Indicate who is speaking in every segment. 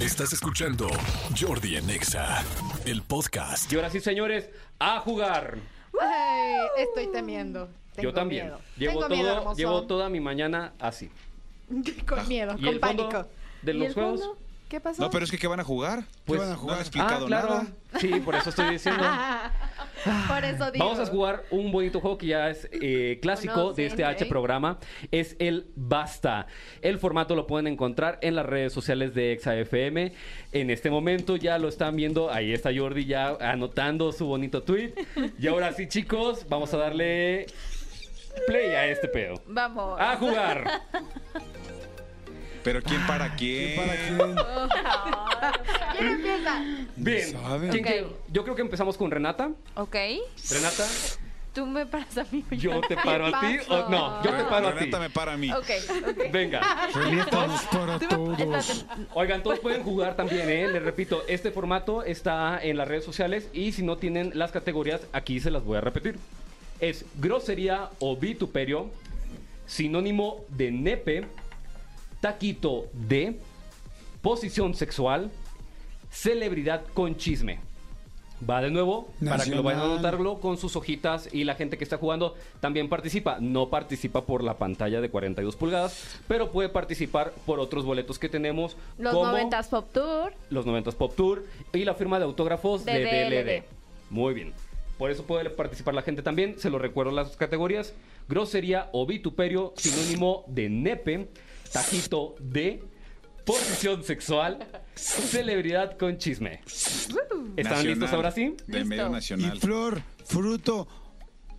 Speaker 1: Estás escuchando Jordi en Exa, el podcast.
Speaker 2: Y ahora sí, señores, a jugar.
Speaker 3: Ay, estoy temiendo. Tengo
Speaker 2: Yo también.
Speaker 3: miedo.
Speaker 2: Llevo,
Speaker 3: Tengo
Speaker 2: todo,
Speaker 3: miedo, hermoso.
Speaker 2: llevo toda mi mañana así.
Speaker 3: Con miedo,
Speaker 2: ¿Y
Speaker 3: con
Speaker 2: el fondo
Speaker 3: pánico.
Speaker 2: de
Speaker 3: ¿Y
Speaker 2: los
Speaker 3: el
Speaker 2: juegos?
Speaker 3: fondo? ¿Qué pasó?
Speaker 4: No, pero es que ¿qué van a jugar?
Speaker 2: Pues,
Speaker 4: ¿Qué van a jugar? No han
Speaker 2: Ah,
Speaker 4: explicado
Speaker 2: claro.
Speaker 4: nada.
Speaker 2: Sí, por eso estoy diciendo.
Speaker 3: Por eso digo.
Speaker 2: Vamos a jugar un bonito juego que ya es eh, clásico de este
Speaker 3: Conocen,
Speaker 2: H
Speaker 3: ¿eh?
Speaker 2: programa. Es el Basta. El formato lo pueden encontrar en las redes sociales de ExaFM. En este momento ya lo están viendo. Ahí está Jordi ya anotando su bonito tweet. Y ahora sí, chicos, vamos a darle play a este pedo.
Speaker 3: Vamos.
Speaker 2: A jugar.
Speaker 4: Pero ¿quién para quién?
Speaker 3: ¿Quién empieza?
Speaker 2: Bien.
Speaker 4: saben.
Speaker 2: ¿Quién
Speaker 3: Ok.
Speaker 2: quiere? Yo creo que empezamos con Renata.
Speaker 3: Ok.
Speaker 2: Renata,
Speaker 3: Tú me paras a mí.
Speaker 2: yo te paro a ti.
Speaker 3: pasó?
Speaker 2: o- no, yo te paro a ti.
Speaker 4: Renata me para a mí.
Speaker 3: Ok, ok.
Speaker 2: Venga.
Speaker 5: para todos.
Speaker 2: Oigan, todos pueden jugar también, ¿eh? Les repito, este formato está en las redes sociales y si no tienen las categorías, aquí se las voy a repetir. Es grosería o vituperio, sinónimo de nepe, taquito de, posición sexual, celebridad con chisme. Va de nuevo, para que lo vayan a
Speaker 5: Nacional.
Speaker 2: anotarlo con sus hojitas y la gente que está jugando también participa. No participa por la pantalla de 42 pulgadas, pero puede participar por otros boletos que tenemos.
Speaker 6: Los
Speaker 2: como
Speaker 6: 90s Pop Tour.
Speaker 2: los 90s Pop Tour y la firma de autógrafos de,
Speaker 6: De
Speaker 2: DLD.
Speaker 6: DLD.
Speaker 2: Muy bien. Por eso puede participar la gente también. Se lo recuerdo las categorías. Grosería o vituperio, sinónimo de nepe, tajito de, posición sexual, celebridad con chisme. ¿Están
Speaker 4: Nacional,
Speaker 2: listos ahora sí?
Speaker 4: De medio
Speaker 5: Y
Speaker 4: nacional.
Speaker 5: flor, fruto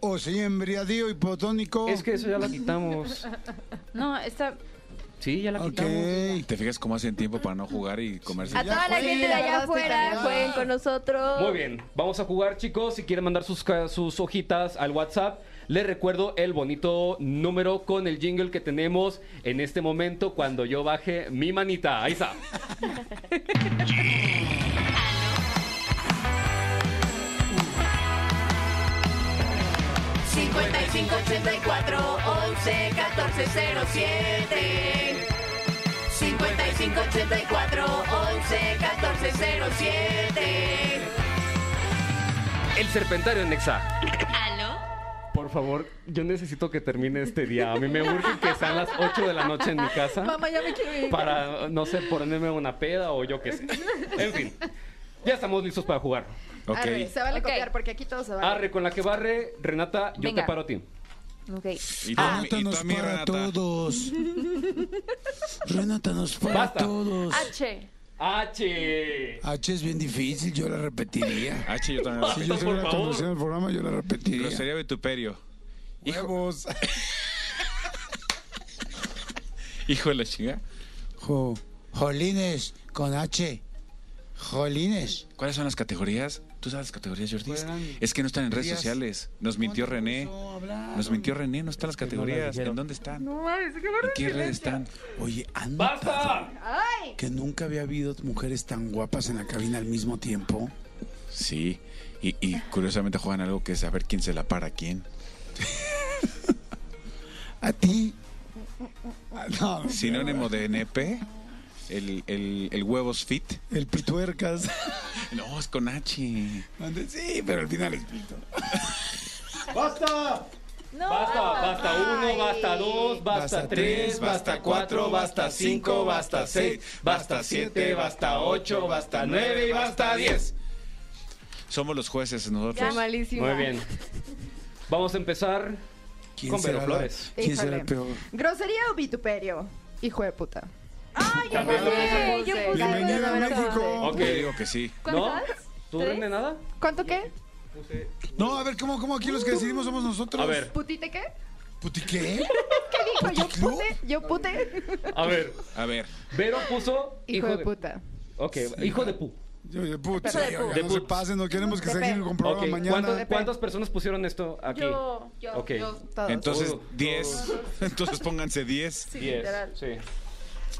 Speaker 5: o si embriadío hipotónico.
Speaker 2: Es que eso ya lo quitamos.
Speaker 6: No, está.
Speaker 2: Sí, ya la
Speaker 5: Ok.
Speaker 2: quitamos.
Speaker 4: ¿Te fijas cómo hacen tiempo para no jugar y comerse?
Speaker 6: A
Speaker 5: Ya
Speaker 6: toda la
Speaker 5: jueguen,
Speaker 6: gente de
Speaker 3: ya
Speaker 6: allá
Speaker 3: estoy
Speaker 6: afuera,
Speaker 3: cansada.
Speaker 6: jueguen con nosotros.
Speaker 2: Muy bien, vamos a jugar chicos. Si quieren mandar sus, ca- sus hojitas al WhatsApp, les recuerdo el bonito número con el jingle que tenemos en este momento cuando yo baje mi manita. Ahí está. El serpentario en Nexa. Por favor, yo necesito que termine este día. A mí me urge que sean las 8 de la noche en mi casa.
Speaker 3: Mamá, ya me quiero ir.
Speaker 2: Para, no sé, ponerme una peda o yo qué sé. En fin, ya estamos listos para jugar.
Speaker 3: Arre,
Speaker 4: Ok.
Speaker 3: se vale
Speaker 6: Ok.
Speaker 3: copiar porque aquí todo se vale.
Speaker 2: Arre, con la que barre, Renata, yo
Speaker 6: Venga.
Speaker 2: te paro a ti.
Speaker 6: Ok.
Speaker 4: Y tú, a mí-
Speaker 5: Renata
Speaker 4: y tú
Speaker 5: nos
Speaker 4: a mí,
Speaker 5: para
Speaker 4: Renata.
Speaker 5: todos. Renata nos para
Speaker 2: Basta. Ah,
Speaker 5: todos.
Speaker 6: H.
Speaker 2: H.
Speaker 5: H es bien difícil, yo la repetiría.
Speaker 4: H, yo también.
Speaker 5: Si
Speaker 4: lo
Speaker 5: yo
Speaker 2: por
Speaker 4: repetí.
Speaker 5: tuviera la
Speaker 2: favor.
Speaker 5: conducción del programa, yo la repetiría.
Speaker 4: Grosería vituperio.
Speaker 5: Huevos.
Speaker 4: Hijo de la chinga.
Speaker 5: Jo- Jolines con H. Jolines.
Speaker 4: ¿Cuáles son las categorías? ¿Tú sabes las categorías, Jordi?
Speaker 5: Fueran
Speaker 4: Es que no están en redes
Speaker 5: días.
Speaker 4: sociales. Nos mintió
Speaker 5: ¿Cuánto
Speaker 4: René.
Speaker 5: puso a hablar?
Speaker 4: Nos mintió René. No están las categorías.
Speaker 2: dijeron.
Speaker 4: ¿En dónde están? ¿En qué redes están?
Speaker 5: Oye, han notado
Speaker 2: ¡Basta!
Speaker 5: que nunca había habido mujeres tan guapas en la cabina al mismo tiempo.
Speaker 4: Sí, y, y curiosamente juegan algo que es saber quién se la para a quién.
Speaker 5: A ti. Ah, No,
Speaker 4: Sinónimo de NP, el, el, el huevos fit.
Speaker 5: el pituercas.
Speaker 4: No, es con H.
Speaker 5: Ande- Sí, pero al final es pito.
Speaker 2: ¡Basta! basta, basta uno, basta dos, basta,
Speaker 5: Basta
Speaker 2: tres, basta cuatro, basta cinco, basta seis, basta siete, basta ocho, basta nueve y basta diez.
Speaker 4: Somos los jueces nosotros.
Speaker 6: Qué malísimo.
Speaker 2: Muy bien. Vamos a empezar. Con Vero
Speaker 5: la-
Speaker 2: Flores.
Speaker 5: ¿Quién será
Speaker 3: Híjole.
Speaker 5: el peor?
Speaker 3: Grosería o vituperio. Hijo de puta.
Speaker 6: Sí, yo puse
Speaker 5: Bienvenida a
Speaker 6: algo de verdad.
Speaker 5: México.
Speaker 2: Ok.
Speaker 4: Yo digo que sí.
Speaker 2: ¿No?
Speaker 6: ¿Cuántas?
Speaker 2: ¿Tú
Speaker 6: ¿Tres?
Speaker 2: René, nada?
Speaker 3: ¿Cuánto qué?
Speaker 5: No, a ver, ¿cómo, cómo aquí los que decidimos somos nosotros?
Speaker 2: A ver,
Speaker 3: ¿Putite qué?
Speaker 5: ¿Puti qué?
Speaker 3: ¿Qué dijo? Yo
Speaker 5: ¿Puticlub?
Speaker 3: pute, yo pute.
Speaker 2: a ver.
Speaker 4: A ver,
Speaker 2: Vero puso
Speaker 3: Hijo de puta.
Speaker 2: Ok, hijo de pu.
Speaker 5: Yo, yo, puta,
Speaker 6: Pero de
Speaker 5: sí, oiga,
Speaker 2: pu-
Speaker 5: no
Speaker 2: de
Speaker 5: se
Speaker 2: pu-
Speaker 5: pasen, no queremos que se hagan con programa
Speaker 2: Ok, ¿cuántos-
Speaker 5: mañana.
Speaker 2: ¿Cuántas personas pusieron esto aquí?
Speaker 6: Yo.
Speaker 3: Yo,
Speaker 2: Ok.
Speaker 3: yo, todos.
Speaker 4: entonces
Speaker 2: Todos,
Speaker 4: 10. Entonces pónganse 10.
Speaker 3: Sí,
Speaker 2: Diez,
Speaker 3: literal.
Speaker 2: sí.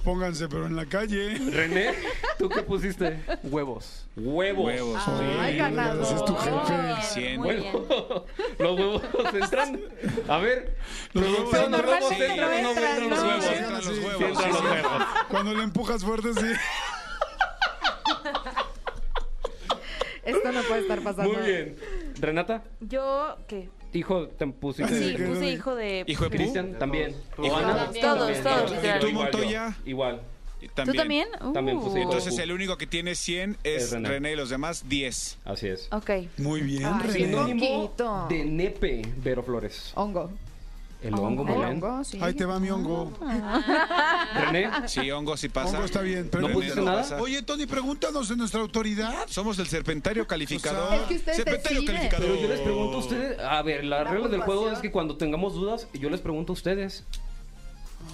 Speaker 5: Pónganse, pero en la calle.
Speaker 2: René, ¿tú qué pusiste? Huevos. Huevos.
Speaker 4: Huevos.
Speaker 3: Ay,
Speaker 4: Sí.
Speaker 3: ganador.
Speaker 5: Ese es tu jefe.
Speaker 4: Cien.
Speaker 6: Muy bien.
Speaker 2: Huevos. Los huevos entran. A ver,
Speaker 5: Los
Speaker 2: producción, los
Speaker 5: huevos
Speaker 2: huevos
Speaker 3: normalmente
Speaker 2: entran, o no
Speaker 3: no
Speaker 2: entran
Speaker 3: entran,
Speaker 2: los
Speaker 4: Los
Speaker 2: huevos.
Speaker 4: huevos,
Speaker 5: Sí,
Speaker 4: entran los
Speaker 5: sí,
Speaker 4: huevos.
Speaker 2: Sí entran los
Speaker 4: Sí,
Speaker 2: huevos.
Speaker 5: Cuando le empujas fuerte, sí.
Speaker 7: Eso no puede estar pasando.
Speaker 2: Muy bien. Renata,
Speaker 6: Yo, ¿qué?
Speaker 2: hijo, te pusiste.
Speaker 6: Sí,
Speaker 5: que-
Speaker 6: puse hijo de...
Speaker 4: Hijo de pu.
Speaker 2: Cristian también.
Speaker 4: Hijo de
Speaker 2: Ana,
Speaker 4: pu.
Speaker 6: Todos, todos,
Speaker 2: Yo,
Speaker 6: literal.
Speaker 4: ¿Y tú,
Speaker 2: igual yo,
Speaker 4: Montoya?
Speaker 2: Igual.
Speaker 6: ¿Tú también?
Speaker 2: También puse
Speaker 6: Uh.
Speaker 2: hijo de
Speaker 4: Entonces el único que tiene 100 es,
Speaker 2: Es René.
Speaker 4: René. y los demás 10.
Speaker 2: Así es.
Speaker 6: Ok.
Speaker 5: Muy bien,
Speaker 7: Ay,
Speaker 5: René.
Speaker 7: siendo-
Speaker 2: Sinónimo
Speaker 7: Poquito.
Speaker 2: de nepe, Vero Flores.
Speaker 7: Hongo.
Speaker 2: El
Speaker 6: Oh,
Speaker 2: hongo,
Speaker 7: ¿El
Speaker 2: muy bien.
Speaker 7: hongo? Sí.
Speaker 5: Ahí te va mi hongo.
Speaker 2: René,
Speaker 4: Sí, hongo sí pasa.
Speaker 5: Hongo está bien, pero-
Speaker 2: ¿No pusiste
Speaker 4: René
Speaker 2: nada?
Speaker 4: pasa.
Speaker 5: Oye, Tony, pregúntanos de nuestra autoridad.
Speaker 4: Somos el serpentario
Speaker 5: pues,
Speaker 4: calificador.
Speaker 5: Es que
Speaker 3: ustedes
Speaker 4: serpentario
Speaker 3: deciden.
Speaker 4: calificador.
Speaker 2: pero yo les pregunto a ustedes. A ver, las reglas del juego es que cuando tengamos dudas, yo les pregunto a ustedes.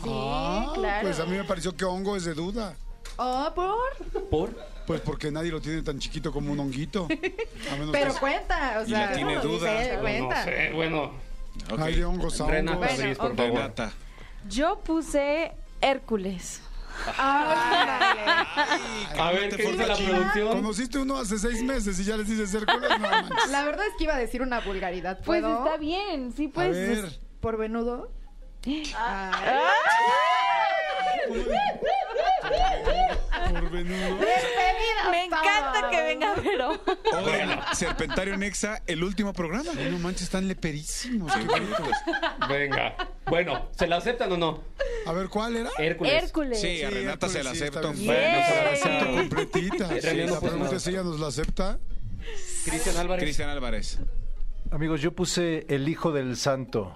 Speaker 3: Sí,
Speaker 5: Ah,
Speaker 3: claro.
Speaker 5: Pues a mí me pareció que hongo es de duda.
Speaker 3: Oh, por.
Speaker 2: ¿Por?
Speaker 5: Pues porque nadie lo tiene tan chiquito como un honguito. A menos
Speaker 7: Pero
Speaker 5: que-
Speaker 7: cuenta, o
Speaker 4: Y la
Speaker 7: sea.
Speaker 4: tiene
Speaker 7: sí,
Speaker 4: duda.
Speaker 7: se cuenta.
Speaker 2: sé, bueno.
Speaker 4: Ok.
Speaker 5: Hay de hongos a
Speaker 2: Renata,
Speaker 5: hongos.
Speaker 2: Ruiz, por
Speaker 4: Renata.
Speaker 2: favor.
Speaker 6: Yo puse Hércules.
Speaker 2: A ver, ¿qué dice la producción?
Speaker 5: Conociste uno hace seis meses y ya les dices Hércules, no manches.
Speaker 7: La verdad es que iba a decir una vulgaridad.
Speaker 6: Pues
Speaker 7: ¿puedo?
Speaker 6: está bien, sí,
Speaker 5: A
Speaker 6: pues...
Speaker 5: ver,
Speaker 7: Por venudo.
Speaker 6: ¡Ah!
Speaker 5: por venudo.
Speaker 6: Me encanta que venga Vero.
Speaker 4: Hoy, Serpentario Nexa, el último programa.
Speaker 5: Ay, No manches, están leperísimos. qué brutos.
Speaker 2: Venga. Bueno, ¿se la aceptan o no?
Speaker 5: A ver, ¿cuál era?
Speaker 2: Hércules.
Speaker 6: Hércules.
Speaker 4: Sí, a
Speaker 5: Sí,
Speaker 4: Renata se la
Speaker 5: Hércules, sí, está
Speaker 4: acepto.
Speaker 5: bien.
Speaker 2: Bueno, se la
Speaker 6: Yeah.
Speaker 2: acepto con-
Speaker 5: Completita.
Speaker 2: René
Speaker 5: Sí,
Speaker 2: no
Speaker 5: la
Speaker 2: puso
Speaker 5: pregunta
Speaker 2: nada.
Speaker 5: es, ¿ella nos la acepta?
Speaker 2: Cristian Álvarez.
Speaker 4: Cristian Álvarez.
Speaker 8: Amigos, yo puse el hijo del santo.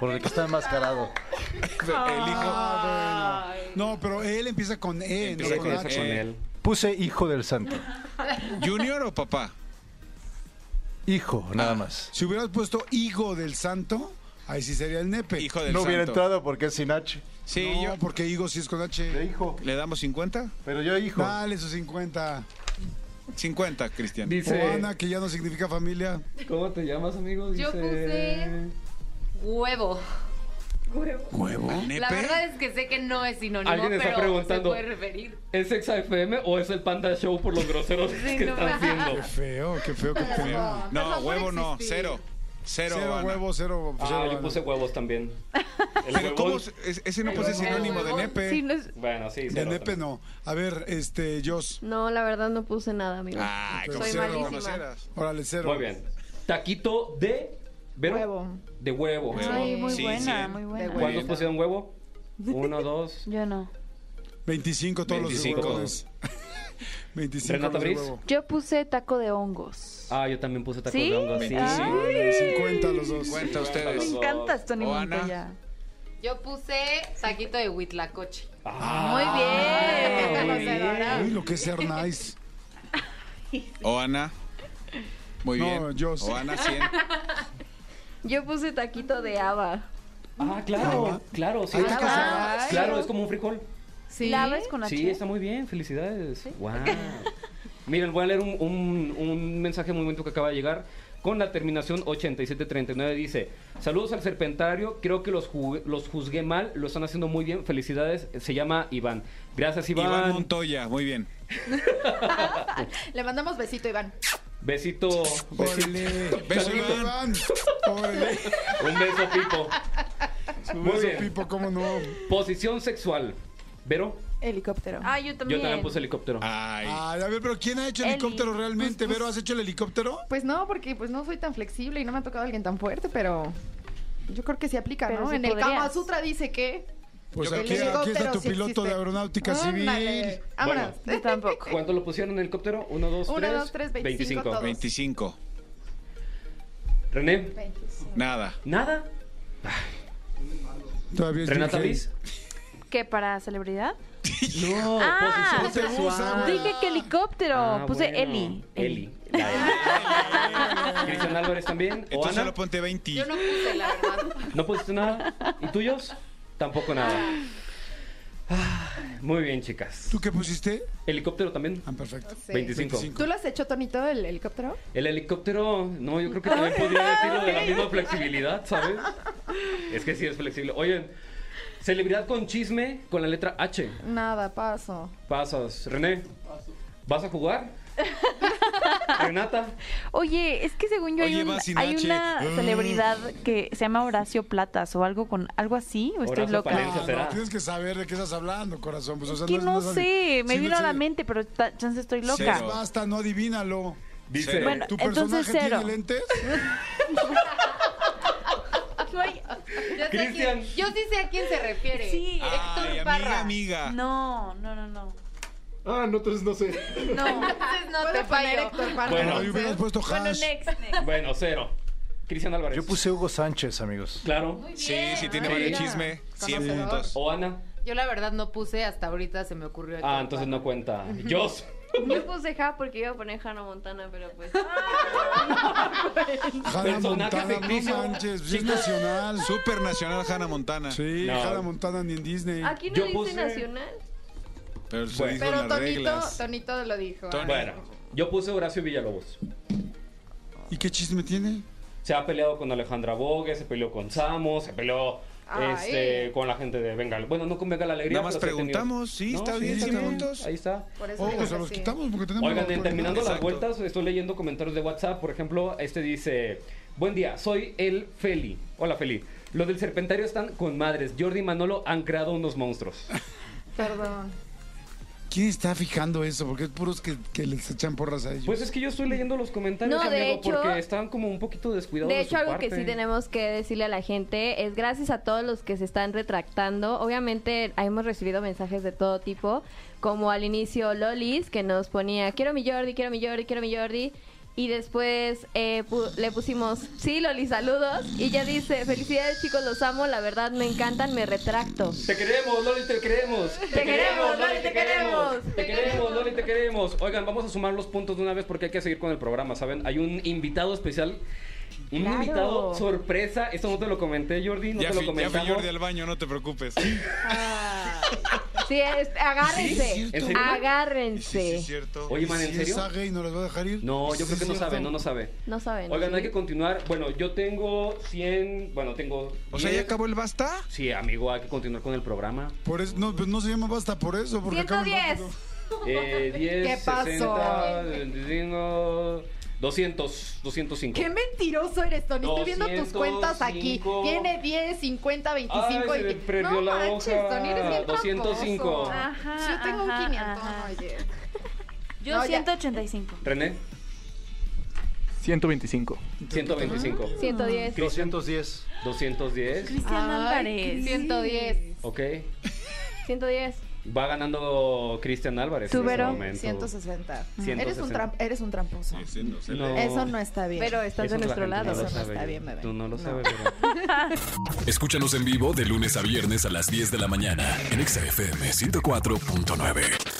Speaker 8: Por el que está enmascarado.
Speaker 4: El hijo.
Speaker 5: Ah, No, pero él empieza con E,
Speaker 4: Empieza
Speaker 5: no
Speaker 2: Con
Speaker 5: con,
Speaker 4: con
Speaker 2: esa
Speaker 5: H.
Speaker 2: con él.
Speaker 8: Puse hijo del santo.
Speaker 4: ¿Junior o papá?
Speaker 8: Hijo, nada más.
Speaker 5: Si hubieras puesto higo del santo, ahí sí sería el nepe.
Speaker 4: Hijo del
Speaker 8: No hubiera
Speaker 4: santo.
Speaker 8: entrado porque es sin H.
Speaker 4: Sí,
Speaker 5: No, pues.
Speaker 4: yo.
Speaker 5: porque higo sí es con
Speaker 8: De
Speaker 5: H.
Speaker 8: hijo.
Speaker 4: ¿Le damos 50?
Speaker 8: Pero yo hijo.
Speaker 5: Dale sus 50.
Speaker 4: 50, Cristian.
Speaker 5: O
Speaker 2: Dice.
Speaker 5: Ana, que ya no significa familia.
Speaker 2: ¿Cómo te llamas, amigo? Dice...
Speaker 9: Yo puse- Huevo.
Speaker 5: ¿Huevo?
Speaker 9: La verdad es que sé que no es sinónimo,
Speaker 2: Alguien está
Speaker 9: pero
Speaker 2: preguntando.
Speaker 9: se puede referir.
Speaker 2: ¿Es Exa FM o es el Panda Show por los groseros que
Speaker 9: no.
Speaker 2: están haciendo?
Speaker 5: Qué feo, qué feo, qué feo.
Speaker 4: No, huevo no, cero. Cero,
Speaker 5: Cero
Speaker 4: Ana.
Speaker 5: huevo, cero. cero
Speaker 2: Ah, yo
Speaker 5: Ana.
Speaker 2: puse huevos también. El
Speaker 4: Pero
Speaker 2: huevón-
Speaker 4: ¿cómo? se- es- Ese no puede ser sinónimo de nepe.
Speaker 6: Sí, no es-
Speaker 2: Bueno, sí,
Speaker 5: De
Speaker 2: cero
Speaker 5: nepe
Speaker 2: también.
Speaker 5: no. A ver, este, Jos.
Speaker 10: No, la verdad no puse nada, amigo.
Speaker 4: Ay, como
Speaker 10: Soy
Speaker 4: si no lo
Speaker 10: malísima.
Speaker 4: conocieras.
Speaker 5: Órale, cero.
Speaker 2: Muy bien. Taquito de... ¿Vero?
Speaker 7: Huevo.
Speaker 2: De huevo.
Speaker 6: Ay, muy
Speaker 4: Sí,
Speaker 6: buena,
Speaker 4: sí.
Speaker 6: muy
Speaker 7: De
Speaker 6: buena.
Speaker 7: huevo.
Speaker 2: ¿Cuántos pusieron huevo? Uno, dos.
Speaker 6: Yo no.
Speaker 5: 25 todos
Speaker 4: 25.
Speaker 5: los huevos. 25
Speaker 2: Renata
Speaker 5: los de
Speaker 2: Briz.
Speaker 5: huevo.
Speaker 6: Yo puse taco de hongos.
Speaker 2: Ah, yo también puse tacos
Speaker 6: ¿Sí?
Speaker 2: de hongo. Sí.
Speaker 6: Ah.
Speaker 5: Órale, 50 los dos.
Speaker 4: Cuenta
Speaker 6: Me
Speaker 4: ustedes.
Speaker 6: encanta Tony
Speaker 4: O Ana.
Speaker 6: Montoya.
Speaker 9: Yo puse saquito de huitlacoche.
Speaker 6: Muy bien.
Speaker 2: muy bien.
Speaker 5: Uy, lo que es ser nice.
Speaker 4: O Ana. Muy
Speaker 5: No,
Speaker 4: bien.
Speaker 5: yo sí.
Speaker 4: O Ana 100.
Speaker 10: Yo puse taquito de haba.
Speaker 2: Ah, claro, claro, sí.
Speaker 5: Hay que casar.
Speaker 2: Claro, es como un frijol.
Speaker 7: Sí.
Speaker 6: ¿La ves con la
Speaker 2: Sí, está muy bien, felicidades. Wow. Miren, voy a leer un, un- un mensaje muy bonito que acaba de llegar con la terminación 8739. Dice, saludos al Serpentario, creo que los, ju- los juzgué mal, lo están haciendo muy bien, felicidades, se llama Iván. Gracias Iván.
Speaker 4: Iván Montoya, muy bien.
Speaker 7: Le mandamos besito, Iván.
Speaker 2: Besito, besito.
Speaker 5: Órale.
Speaker 4: Beso,
Speaker 5: Órale,
Speaker 4: Iván.
Speaker 5: Órale.
Speaker 2: un beso Pipo.
Speaker 5: Su
Speaker 2: Muy
Speaker 5: beso,
Speaker 2: bien.
Speaker 5: Pipo, cómo no.
Speaker 2: Posición sexual. ¿Vero?
Speaker 7: Helicóptero.
Speaker 6: Ah, yo también.
Speaker 2: Yo también puse helicóptero.
Speaker 4: Ay.
Speaker 5: Ay, a ver, pero ¿quién ha hecho
Speaker 6: Eli. Pues,
Speaker 5: helicóptero realmente? ¿Vero, has hecho el helicóptero?
Speaker 7: Pues no, porque pues no soy tan flexible y no me ha tocado alguien tan fuerte, pero yo creo que sí aplica,
Speaker 6: Pero
Speaker 7: ¿no?
Speaker 6: sí
Speaker 7: en
Speaker 6: podrías.
Speaker 7: el Kama Sutra dice que
Speaker 5: Pues
Speaker 4: Yo
Speaker 5: aquí,
Speaker 4: creo que
Speaker 5: aquí está
Speaker 7: helicóptero
Speaker 5: tu
Speaker 7: sí
Speaker 5: piloto
Speaker 7: existe.
Speaker 5: de aeronáutica civil.
Speaker 7: Ándale. Vámonos.
Speaker 6: Yo tampoco.
Speaker 2: ¿Cuánto lo pusieron en helicóptero? 1, 2,
Speaker 7: Uno,
Speaker 2: 3,
Speaker 7: dos, tres, 25, todos.
Speaker 4: 25.
Speaker 2: René,
Speaker 4: Nada.
Speaker 2: nada.
Speaker 5: Todavía es
Speaker 2: Renata
Speaker 5: virgen.
Speaker 2: Liz.
Speaker 6: ¿Qué para celebridad?
Speaker 2: No,
Speaker 6: Ah,
Speaker 2: posición
Speaker 5: no te gusta,
Speaker 2: sexual.
Speaker 5: güey.
Speaker 6: Dije que helicóptero.
Speaker 2: Ah,
Speaker 6: puse
Speaker 2: bueno.
Speaker 6: Eli.
Speaker 2: Eli. la Eli. Cristian Álvarez también. ¿O
Speaker 4: Entonces
Speaker 2: Ana?
Speaker 4: solo ponte 20.
Speaker 9: Yo no puse, la verdad.
Speaker 2: ¿No pusiste nada? ¿Y tuyos? Tampoco nada. Ah, Muy bien, chicas.
Speaker 5: ¿Tú qué pusiste?
Speaker 2: ¿Helicóptero también?
Speaker 5: Ah, perfecto.
Speaker 7: Sí.
Speaker 2: 25.
Speaker 5: 25.
Speaker 7: ¿Tú lo has hecho, Tonito, el helicóptero?
Speaker 2: El helicóptero, no, yo creo que también podría decirlo de la misma flexibilidad, ¿sabes? Es que sí es flexible. Oye, celebridad con chisme con la letra H.
Speaker 7: Nada, paso.
Speaker 2: Pasas. René, ¿vas a jugar? Renata,
Speaker 6: Oye, es que según yo
Speaker 4: Oye,
Speaker 6: hay, un-
Speaker 4: va sin
Speaker 6: hay
Speaker 4: H.
Speaker 6: una
Speaker 4: Ah.
Speaker 6: celebridad que se llama Horacio Platas o algo con algo así. ¿O estoy
Speaker 2: Horacio
Speaker 6: loca?
Speaker 2: Palencia
Speaker 5: Ah, No,
Speaker 2: será.
Speaker 5: tienes que saber de qué estás hablando, corazón. Pues, o sea,
Speaker 6: que
Speaker 5: es-
Speaker 6: no
Speaker 5: es-
Speaker 6: sé, me
Speaker 5: si no
Speaker 6: vino a
Speaker 5: es-
Speaker 6: la mente, pero ta- chance estoy loca.
Speaker 4: Cero.
Speaker 5: Basta, no adivínalo.
Speaker 2: Dice,
Speaker 4: Cero.
Speaker 6: Bueno,
Speaker 5: ¿Tu
Speaker 6: entonces
Speaker 5: personaje
Speaker 6: cero.
Speaker 5: tiene lentes?
Speaker 6: No hay-
Speaker 9: Yo sé a quién-
Speaker 2: Cristian.
Speaker 9: yo sí sé a quién se refiere.
Speaker 6: Sí.
Speaker 4: Ah.
Speaker 9: Héctor
Speaker 4: Ay,
Speaker 9: Parra.
Speaker 4: amiga, amiga.
Speaker 6: No, no, no, no.
Speaker 8: Ah, no, entonces no sé.
Speaker 6: No.
Speaker 9: Entonces no te
Speaker 7: Puedo poner
Speaker 9: fallo.
Speaker 7: Héctor Parra.
Speaker 2: Bueno.
Speaker 5: Ay, hubieras puesto hash.
Speaker 6: Bueno, next, next.
Speaker 2: bueno, cero. Cristian Álvarez.
Speaker 8: Yo puse Hugo Sánchez, amigos.
Speaker 2: Claro.
Speaker 9: Muy
Speaker 4: Sí,
Speaker 9: bien.
Speaker 4: sí, tiene
Speaker 2: Sí.
Speaker 4: varios
Speaker 2: mira.
Speaker 4: chisme. 100
Speaker 7: Conocedor.
Speaker 4: puntos.
Speaker 2: O Ana.
Speaker 9: Yo la verdad no puse, hasta ahorita se me ocurrió.
Speaker 2: Ah, entonces no cuenta. Jos.
Speaker 10: Yo puse Ja porque iba a poner Hannah Montana, pero pues.
Speaker 6: ah,
Speaker 5: Jara
Speaker 2: Personaje
Speaker 5: Montana, no
Speaker 2: ficticio.
Speaker 5: manches, pues es nacional.
Speaker 4: Super nacional Hannah Montana.
Speaker 5: Sí,
Speaker 2: No.
Speaker 5: Jara Montana ni en Disney.
Speaker 6: Ah,
Speaker 10: Aquí no
Speaker 2: Yo
Speaker 10: dice
Speaker 2: puse-
Speaker 10: nacional.
Speaker 4: Pero se
Speaker 2: Bueno.
Speaker 4: dijo
Speaker 7: Pero
Speaker 4: las
Speaker 7: Tonito,
Speaker 4: reglas.
Speaker 7: Tonito lo dijo. ¿eh?
Speaker 4: Tony.
Speaker 2: Bueno, yo puse Horacio Villalobos.
Speaker 5: ¿Y qué chisme tiene?
Speaker 2: Se ha peleado con Alejandra Bogue, se peleó con Samo, se peleó
Speaker 7: Ay.
Speaker 2: este, con la gente de Venga. Bueno, no con Venga la Alegría.
Speaker 4: Nada más
Speaker 2: pero sí he tenido-
Speaker 4: preguntamos, sí, está bien,
Speaker 2: está
Speaker 4: 100 puntos.
Speaker 2: Ahí está.
Speaker 7: Por eso
Speaker 5: Oh,
Speaker 7: digo
Speaker 5: o sea,
Speaker 7: que
Speaker 5: los
Speaker 7: sí.
Speaker 5: quitamos porque tenemos.
Speaker 2: Oigan, en- terminando las
Speaker 4: Exacto.
Speaker 2: vueltas, estoy leyendo comentarios de WhatsApp. Por ejemplo, este dice: Buen día, soy el Feli. Hola, Feli. Los del serpentario están con madres. Jordi y Manolo han creado unos monstruos.
Speaker 7: Perdón.
Speaker 5: ¿Quién está fijando eso? Porque es puros que, que les echan porras a ellos.
Speaker 2: Pues es que yo estoy leyendo los comentarios,
Speaker 10: No, de
Speaker 2: amigo,
Speaker 10: hecho-
Speaker 2: porque estaban como un poquito descuidados.
Speaker 10: De hecho,
Speaker 2: su
Speaker 10: algo que
Speaker 2: parte.
Speaker 10: sí tenemos que decirle a la gente es gracias a todos los que se están retractando. Obviamente, hemos recibido mensajes de todo tipo, como al inicio Lolis, que nos ponía, quiero mi Jordi, quiero mi Jordi, quiero mi Jordi. Y después eh, pu- le pusimos, sí, Lolis, saludos. Y ya dice, felicidades chicos, los amo, la verdad me encantan, me retracto.
Speaker 2: Te queremos, Loli, te queremos.
Speaker 10: Te queremos, Loli, te queremos.
Speaker 2: Te queremos, Loli, te queremos. Oigan, vamos a sumar los puntos de una vez porque hay que seguir con el programa, ¿saben? Hay un invitado especial. Un
Speaker 10: Claro.
Speaker 2: invitado sorpresa. Esto no te lo comenté, Jordi. No
Speaker 4: ya,
Speaker 2: te lo
Speaker 4: fui, ya fui
Speaker 2: comentamos.
Speaker 4: Jordi al baño, no te preocupes.
Speaker 10: Sí, es- agárrense,
Speaker 5: Sí, es
Speaker 2: cierto.
Speaker 4: Sí,
Speaker 10: agárrense.
Speaker 4: sí, es cierto.
Speaker 2: Oye, man,
Speaker 5: ¿Y
Speaker 2: ¿en
Speaker 5: si
Speaker 2: serio?
Speaker 5: es gay no las va a dejar ir?
Speaker 2: No, yo
Speaker 5: Sí,
Speaker 2: creo que no
Speaker 5: cierto.
Speaker 2: sabe, no, no sabe.
Speaker 10: No saben.
Speaker 2: Oigan,
Speaker 10: ¿sí?
Speaker 2: hay que continuar. Bueno, yo tengo 100. Bueno, tengo.
Speaker 4: O sea,
Speaker 2: 10.
Speaker 4: ¿ya acabó el basta?
Speaker 2: Sí, amigo, hay que continuar con el programa.
Speaker 5: Por eso, no, pues no se llama basta por eso. Porque acaba el
Speaker 10: 110.
Speaker 5: rápido.
Speaker 2: Eh, 10,
Speaker 7: ¿Qué pasó?
Speaker 2: 60, 25, 200, 205.
Speaker 7: Qué mentiroso eres, Tony. Estoy viendo tus
Speaker 2: 205.
Speaker 7: cuentas aquí. Tiene 10, 50, 25.
Speaker 2: Ay, se me
Speaker 7: y-
Speaker 2: perdió
Speaker 7: no
Speaker 2: la
Speaker 7: manches,
Speaker 2: hoja.
Speaker 7: Tony, eres bien
Speaker 2: 205.
Speaker 7: tramposo.
Speaker 6: Ajá,
Speaker 7: Yo tengo
Speaker 6: ajá,
Speaker 7: un 500,
Speaker 6: ajá.
Speaker 7: oye.
Speaker 6: Yo
Speaker 7: No, ya.
Speaker 6: 185.
Speaker 2: René,
Speaker 11: 125.
Speaker 2: 125.
Speaker 10: 110.
Speaker 2: Cristian,
Speaker 8: 210.
Speaker 2: 210.
Speaker 6: Cristian Álvarez.
Speaker 9: 110.
Speaker 2: Ok.
Speaker 10: 110.
Speaker 2: Va ganando Cristian Álvarez en este
Speaker 6: Tubero.
Speaker 2: momento.
Speaker 7: 160. Eres, un
Speaker 2: 160.
Speaker 7: tram- eres un tramposo.
Speaker 4: Sí, no sé.
Speaker 2: No.
Speaker 7: Eso no está bien.
Speaker 10: Pero estás
Speaker 2: Eso
Speaker 10: de
Speaker 2: la
Speaker 10: nuestro
Speaker 2: gente
Speaker 10: lado.
Speaker 2: No lo
Speaker 7: Eso no
Speaker 2: sabe.
Speaker 7: está bien, bebé.
Speaker 2: Tú no lo
Speaker 7: No.
Speaker 2: sabes, ¿verdad?
Speaker 1: Escúchanos en vivo de lunes a viernes a las 10 de la mañana en Exa FM 104.9.